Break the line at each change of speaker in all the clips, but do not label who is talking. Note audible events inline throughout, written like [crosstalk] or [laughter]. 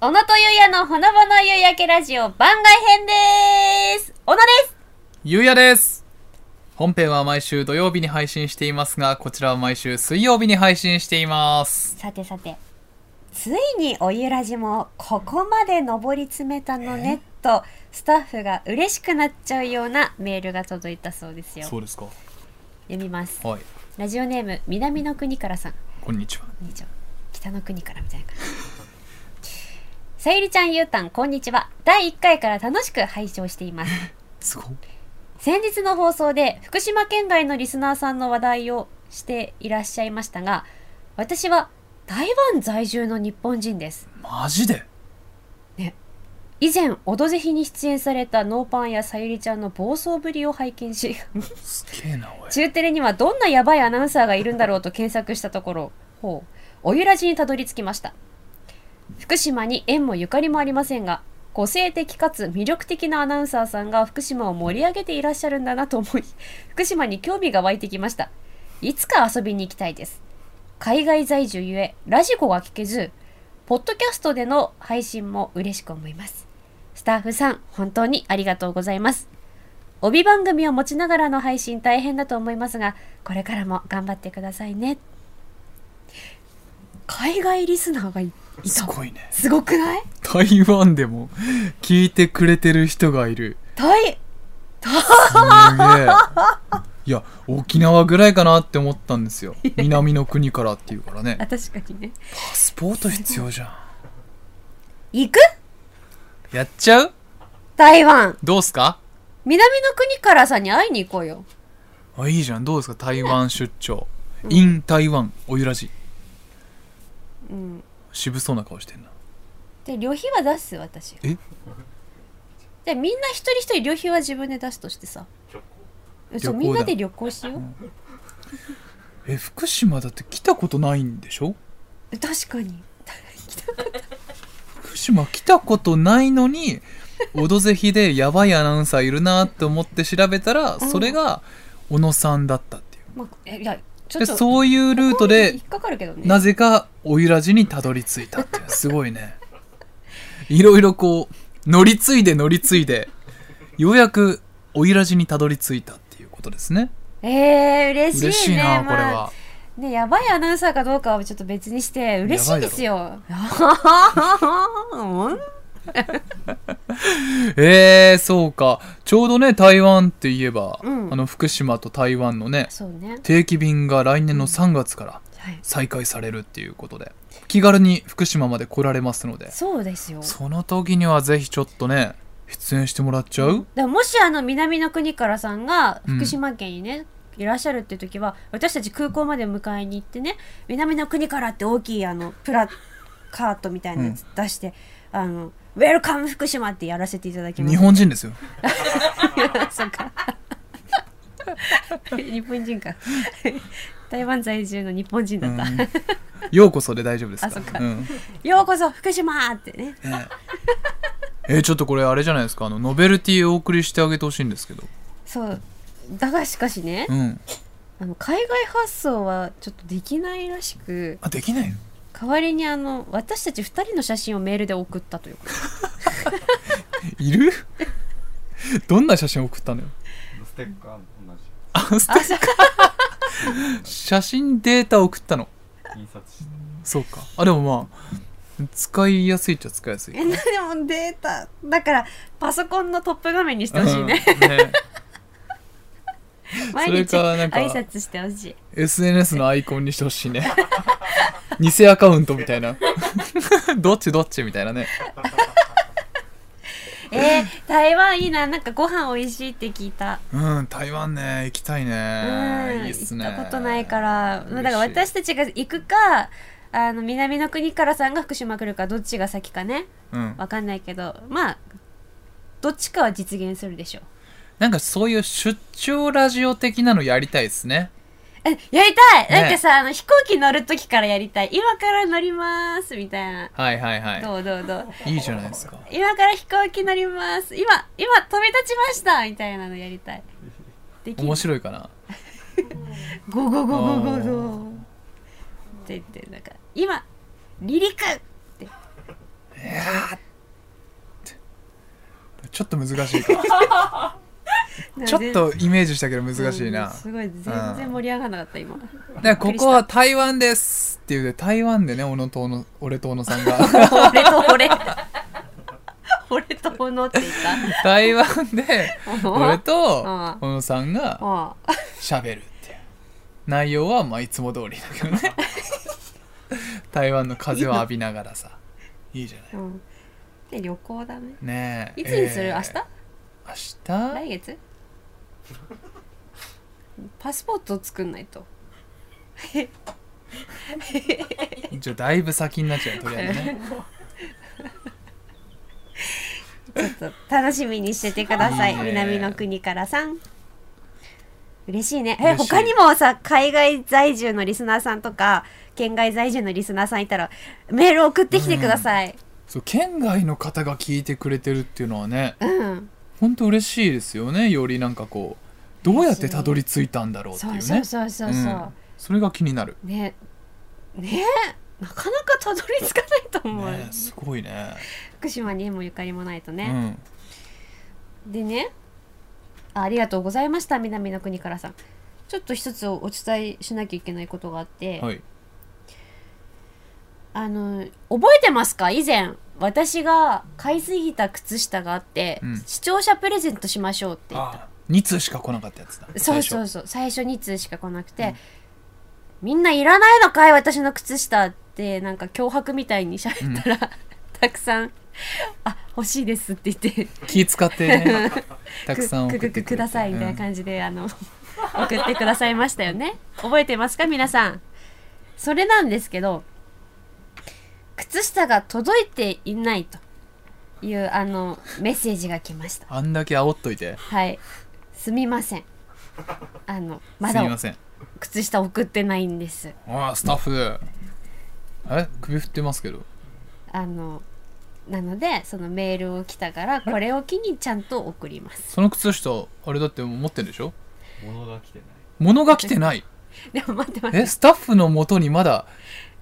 小野とゆうやのほのぼの夕焼けラジオ番外編です小野です
ゆうやです本編は毎週土曜日に配信していますがこちらは毎週水曜日に配信しています
さてさて、ついにおゆラジもここまで上り詰めたのねと、スタッフが嬉しくなっちゃうようなメールが届いたそうですよ。
うですか
読みます。
はい
ラジオネーム、南の国からさん。
こんにちは
以上北の国からみたいな感じさゆりちゃんゆうたんこんにちは第1回から楽しく拝聴しています
すご
先日の放送で福島県外のリスナーさんの話題をしていらっしゃいましたが私は台湾在住の日本人です
マジで
以前「オドぜひ」に出演されたノーパンやさゆりちゃんの暴走ぶりを拝見し
すげえなおい
中テレにはどんなヤバいアナウンサーがいるんだろうと検索したところほうおゆらじにたどり着きました福島に縁もゆかりもありませんが個性的かつ魅力的なアナウンサーさんが福島を盛り上げていらっしゃるんだなと思い福島に興味が湧いてきましたいつか遊びに行きたいです海外在住ゆえラジコが聞けずポッドキャストでの配信も嬉しく思いますスタッフさん本当にありがとうございます帯番組を持ちながらの配信大変だと思いますがこれからも頑張ってくださいね海外リスナーがいい
す
た
ごいね
すごくない
台湾でも聞いてくれてる人がいる
大
すげ [laughs] えいや沖縄ぐらいかなって思ったんですよ南の国からっていう [laughs] からね
あ確かにね
パスポート必要じゃん
行く
やっちゃう
台湾
どうすか
南の国からさんに会いに行こうよ
あいいじゃんどうですか台湾出張 in 台湾おゆらじ
うん
渋そうな顔してんな
で旅費は出す私
え
でみんな一人一人旅費は自分で出すとしてさそう
旅行だ
みんなで旅行しよう
え福島だって来たことないんでしょ
確かに
福島来たことない
[laughs]
のに「オドぜひ」でやばいアナウンサーいるなって思って調べたら
ん
それが小野さんだったっていう
まあ、えいやちょ
で
っと
そういうルートで
引っかかるけどね
なぜかおゆらじにたどり着いたっ
[laughs]
ていうすごいねいろいろこう乗り継いで乗り継いでようやくおゆらじにたどり着いたっていうことですね
えー、嬉しいね
嬉しいなこれ
まあ
は
ねやばいアナウンサーかどうかはちょっと別にして嬉しいですようん
えー、そうかちょうどね台湾って言えば、
うん
あの福島と台湾のね
[laughs] そうね
定期便が来年の3月から
はい
再開されるっていうことで気軽に福島まで来られますので
そうですよ
その時にはぜひちょっとね出演してもらっちゃう
だからもしあの南の国からさんが福島県にね、いらっしゃるって時は私たち空港まで迎えに行ってね南の国からって大きいあのプラカートみたいなやつ出して、あのウェルカム福島ってやらせていただきます
日本人ですよ
[laughs] そっか日本人か台湾在住の日本人だった、
ようこそで大丈夫です
あそ
か、
っから
うん
ようこそ福島ってね
えーえーちょっとこれあれじゃないですかあのノベルティをお送りしてあげてほしいんですけど
そうだがしかしね、
うん
あの海外発送はちょっとできないらしく
あできないの
代わりにあの私たち2人の写真をメールで送ったと
[laughs]
いうか
いる [laughs] どんな写真送ったのよ
ステッカーも同
あステッカー写真データ送ったの
じ印刷して
そうかあでもまあ使いやすいっちゃ使いやすい
えでもデータだからパソコンのトップ画面にしてほしいね、
うんね
毎
そ
日
れからな
挨
んか
拶してほしい
SNS のアイコンにしてほしいね偽アカウントみたいな [laughs] どっちどっちみたいなね
えー、台湾いいななんかご飯美味しいって聞いた
うん台湾ね行きたいねいいっすね
行ったことないから
嬉しい
だから私たちが行くかあの南の国からさんが福島来るかどっちが先かね
うん
わかんないけどまあどっちかは実現するでしょう
なんかそういう出張ラジオ的なのやりたいですね
えやりたい、
ね
なんかさあの飛行機乗る時からやりたい今から乗りますみたいな、
はいはいは
どうどうどう
いいいじゃないですか
今から飛行機乗ります今今飛び立ちましたみたいなのやりたいできる
面白いかな
ゴゴゴゴゴ
あ
ゴっ
ー
て言ってなんか今離陸って
いちょっと難し
[laughs]
いかちょっとイメージしたけど難しいな、
うんすごい全然盛り上がらなかった今
でここは台湾ですっていうで台湾でね小野との俺と小野さんが
[laughs] 俺と俺俺と小野って言っ
台湾で
た
俺と
うん
小野さんが
あ
喋るっていう内容はまあいつも通りだけど [laughs] ね台湾の風を浴びながらさいいじゃない
あ、うん、で旅行だね
ねえ
いつにする、
えー
明日
明日
来
[laughs]
月パスポートを作んないと
じゃあだいぶ先になっちゃうとりあえず
[laughs]
ね
ちょっと楽しみにしててください
いいね
南の国からさん嬉しいねえ
嬉しい
他にもさ海外在住のリスナーさんとか県外在住のリスナーさんいたらメール送ってきてください
そう県外の方が聞いてくれてるっていうのはね
うん
本当嬉しいですよねよりなんかこうどうやってたどり着いたんだろうっていう
そ
ね
うそうそうそう
う
そ
ん
う、
それが気になる、
ねねなかなかたどり着かないと思う、
ね、すごいね
福島に縁もゆかりもないと
う
ね、
ん
でねあありがとうございました南の国からさんちょっと一つお伝えしなきゃいけないことがあって、
はい
あの覚えてますか以前私が買いすぎた靴下があって、
うん
視聴者プレゼントしましょうって言った
あ2通しか来なかったやつだ
そうそ
最
う
初
そう最初2通しか来なくて、みんないらないのかい私の靴下ってなんか脅迫みたいに喋ったら、 [laughs] たくさん「あ欲しいです」って言って
気使って
[laughs]
ねたくさん送
く
って
く
くれ
くく
て
ださいみたいな感じで、あの送ってくださいましたよね覚えてますか皆さんそれなんですけど靴下が届いていないというあのメッセージが来ました
うんあんだけ煽っといて
はいすみませんあのます
み
だ
ません
靴下送ってないんです
ああスタッフえ首振ってますけど
あのなのでそのメールを来たからこれを機にちゃんと送ります
その靴下あれだってもう持ってるでしょ
物が来てない
物が来てない
でも待って待っ
え
て
スタッフの元にまだ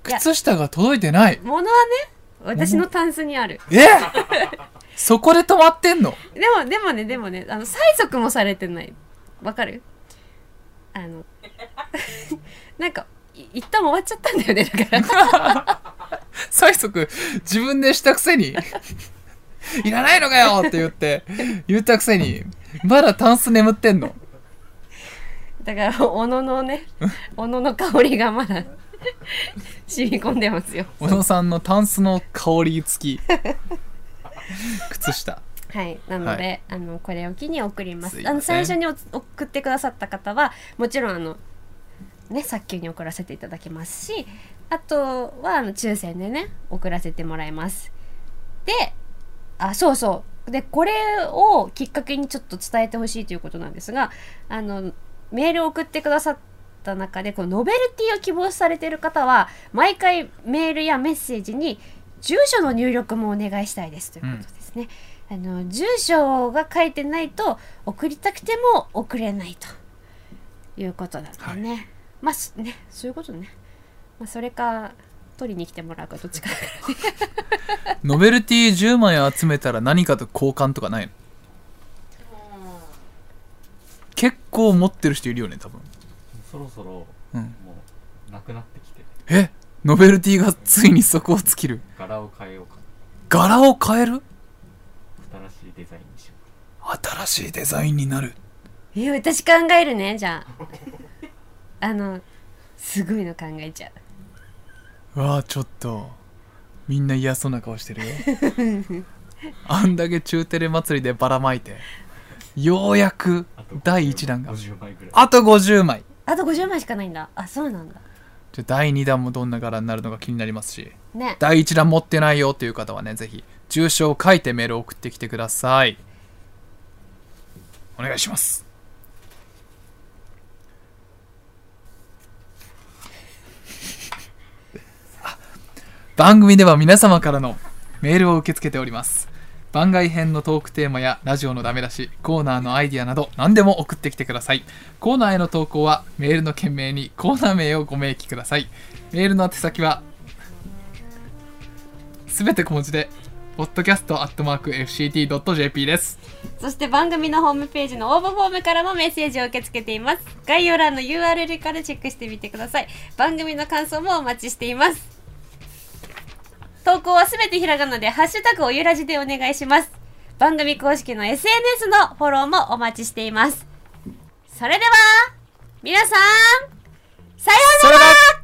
いや
靴下が届いてない
物はね私のタンスにある
えそこで止まってんの
でもでもねでもねあの催促もされてないわかるあの [laughs] なんかい一旦終わっちゃったんだよねだから
催促自分でしたくせに「いらないのかよ!」って言って言ったくせにまだタンス眠ってんの
だからおののねおのの香りがま
[laughs]
だ染み込んでますよ
小野さんのタンスの香り付き靴下
はい、なので、
は
あのこれを機に送ります。
すい
あ
ません
の最初にお送ってくださった方はもちろんあのね早急に送らせていただきますし、あとはあの抽選でね送らせてもらいます。で、あそうそう。でこれをきっかけにちょっと伝えてほしいということなんですが、あのメールを送ってくださった中でこのノベルティを希望されている方は毎回メールやメッセージに住所の入力もお願いしたいですということですね。あの住所が書いてないと送りたくても送れないということなんでね、まあすねそういうことね、まあ、それか取りに来てもらうかどっちか
ノベルティ10枚集めたら何かと交換とかないの結構持ってる人いるよね多分
そろそろも
うん
うなくなってきて
えノベルティがついに底を尽きる
柄を変えようか
柄を変える
新しいデザインにしよう
新しいデザインになる
え私考えるねじゃああのすごいの考えちゃう
うわあちょっとみんな嫌そうな顔してるよ [laughs] あんだけ中テレ祭りでばらまいてようやく
あと50
第1弾が
50枚ぐらい
あと50枚
あと50枚しかないんだあそうなんだ
じゃあ第2弾もどんな柄になるのか気になりますし
ね
第1弾持ってないよという方はねぜひ住所を書いてメールを送ってきてくださいお願いしますあ番組では皆様からのメールを受け付けております番外編のトークテーマやラジオのダメ出しコーナーのアイディアなど何でも送ってきてくださいコーナーへの投稿はメールの件名にコーナー名をご明記くださいメールの宛先はすべて小文字で podcast.fct.jp です
そして番組のホームページの応募フォームからもメッセージを受け付けています概要欄の URL からチェックしてみてください番組の感想もお待ちしています投稿はすべてひらがなで「ハッシュタグおゆらじ」でお願いします番組公式の SNS のフォローもお待ちしていますそれでは皆さんさようなら
さよなら